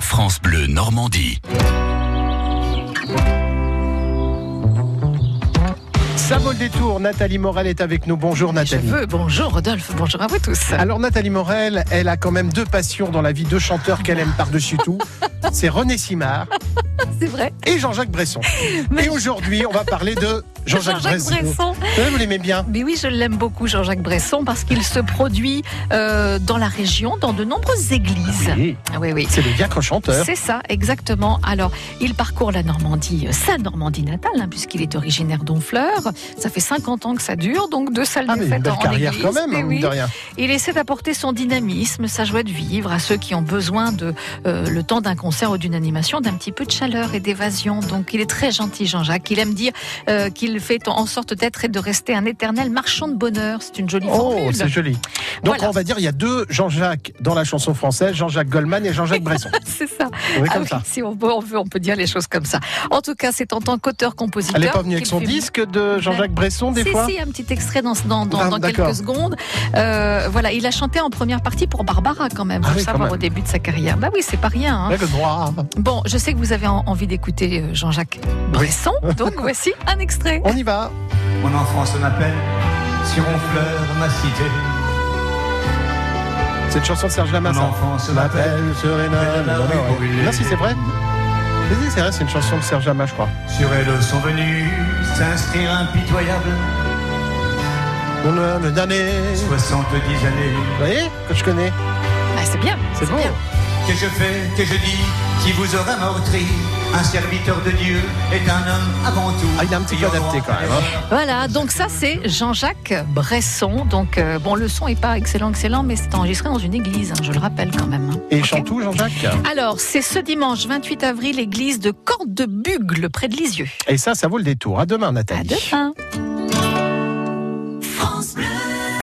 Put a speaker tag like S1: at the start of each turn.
S1: France Bleu Normandie.
S2: Ça vaut le détour. Nathalie Morel est avec nous. Bonjour Nathalie.
S3: Je veux, bonjour Rodolphe, bonjour à vous tous.
S2: Alors Nathalie Morel, elle a quand même deux passions dans la vie, deux chanteurs qu'elle aime par-dessus tout. C'est René Simard
S3: c'est vrai.
S2: et Jean-Jacques Bresson.
S3: Mais-
S2: Et aujourd'hui, on va parler de Jean-Jacques Bresson. Vous, vous l'aimez bien
S3: Mais oui, je l'aime beaucoup, Jean-Jacques Bresson, parce qu'il se produit euh, dans la région, dans de nombreuses églises. Ah Oui, oui.
S2: C'est le diacre chanteur.
S3: C'est ça, exactement. Alors, il parcourt la Normandie, euh, sa Normandie natale, hein, puisqu'il est originaire d'Honfleur. Ça fait 50 ans que ça dure, donc deux salles
S2: Ah
S3: de
S2: mais
S3: fête
S2: une belle
S3: en
S2: carrière
S3: église.
S2: quand même, hein,
S3: Mais
S2: mine
S3: oui.
S2: de rien.
S3: Il essaie d'apporter son dynamisme, sa joie de vivre à ceux qui ont besoin de euh, le temps d'un concert ou d'une animation, d'un petit peu de chaleur et d'évasion. Donc il est très gentil, Jean-Jacques. Il aime dire euh, qu'il fait en sorte d'être et de rester un éternel marchand de bonheur. C'est une jolie
S2: Oh,
S3: formule.
S2: c'est joli. Donc
S3: Voilà.
S2: on va dire il y a deux Jean-Jacques dans la chanson française, Jean-Jacques Goldman et Jean-Jacques Bresson.
S3: C'est ça.
S2: On est
S3: Ah
S2: comme
S3: oui,
S2: ça.
S3: si on veut, on veut, on peut dire les choses comme ça. En tout cas, c'est en tant qu'auteur-compositeur.
S2: Elle n'est pas venue avec
S3: qu'il
S2: son
S3: fait
S2: disque de Jean-Jacques Bresson des
S3: si,
S2: fois
S3: si, un petit extrait dans, dans, dans,
S2: Ah,
S3: dans
S2: d'accord.
S3: quelques secondes. Euh, voilà, il a chanté en première partie pour Barbara quand même,
S2: Ah
S3: faut
S2: oui,
S3: le
S2: quand
S3: savoir
S2: même.
S3: au début de sa carrière. Bah oui, c'est pas rien. hein.
S2: Avec le droit.
S3: Bon, je sais que vous avez en- envie d'écouter euh, Jean-Jacques Bresson, donc voici un extrait.
S2: On y va.
S4: Mon enfance m'appelle sur Honfleur, ma cité.
S2: C'est une chanson de Serge hein. Lama.
S4: Mon
S2: ça.
S4: enfance m'appelle
S2: Serena. Ah,
S4: la rue brûlée.
S2: Non, si c'est vrai. Si, si, c'est vrai, c'est une chanson de Serge Lama, je crois.
S4: sur elle sont venus s'inscrire impitoyable.
S2: On a le dernier.
S4: 70 années
S2: Vous voyez que je connais.
S3: Ah, c'est bien,
S2: C'est bon.
S3: bien.
S4: que je fais, que je dis, qui vous aura meurtri. Un serviteur de Dieu est un homme avant tout.
S2: Ah, il est un petit peu
S4: Ayant
S2: adapté quand même. hein.
S3: Voilà, donc ça c'est Jean-Jacques Bresson. Donc euh, bon, le son est pas excellent, excellent, mais c'est enregistré dans une église, hein, je le rappelle quand même. hein.
S2: Et il
S3: Ok.
S2: chante tout, Jean-Jacques
S3: Alors, c'est ce dimanche 28 avril, l'église de Corde de Bugle, près de Lisieux.
S2: Et ça, ça vaut le détour. À demain,
S3: À
S2: Nathalie.
S3: demain.
S5: France Bleu.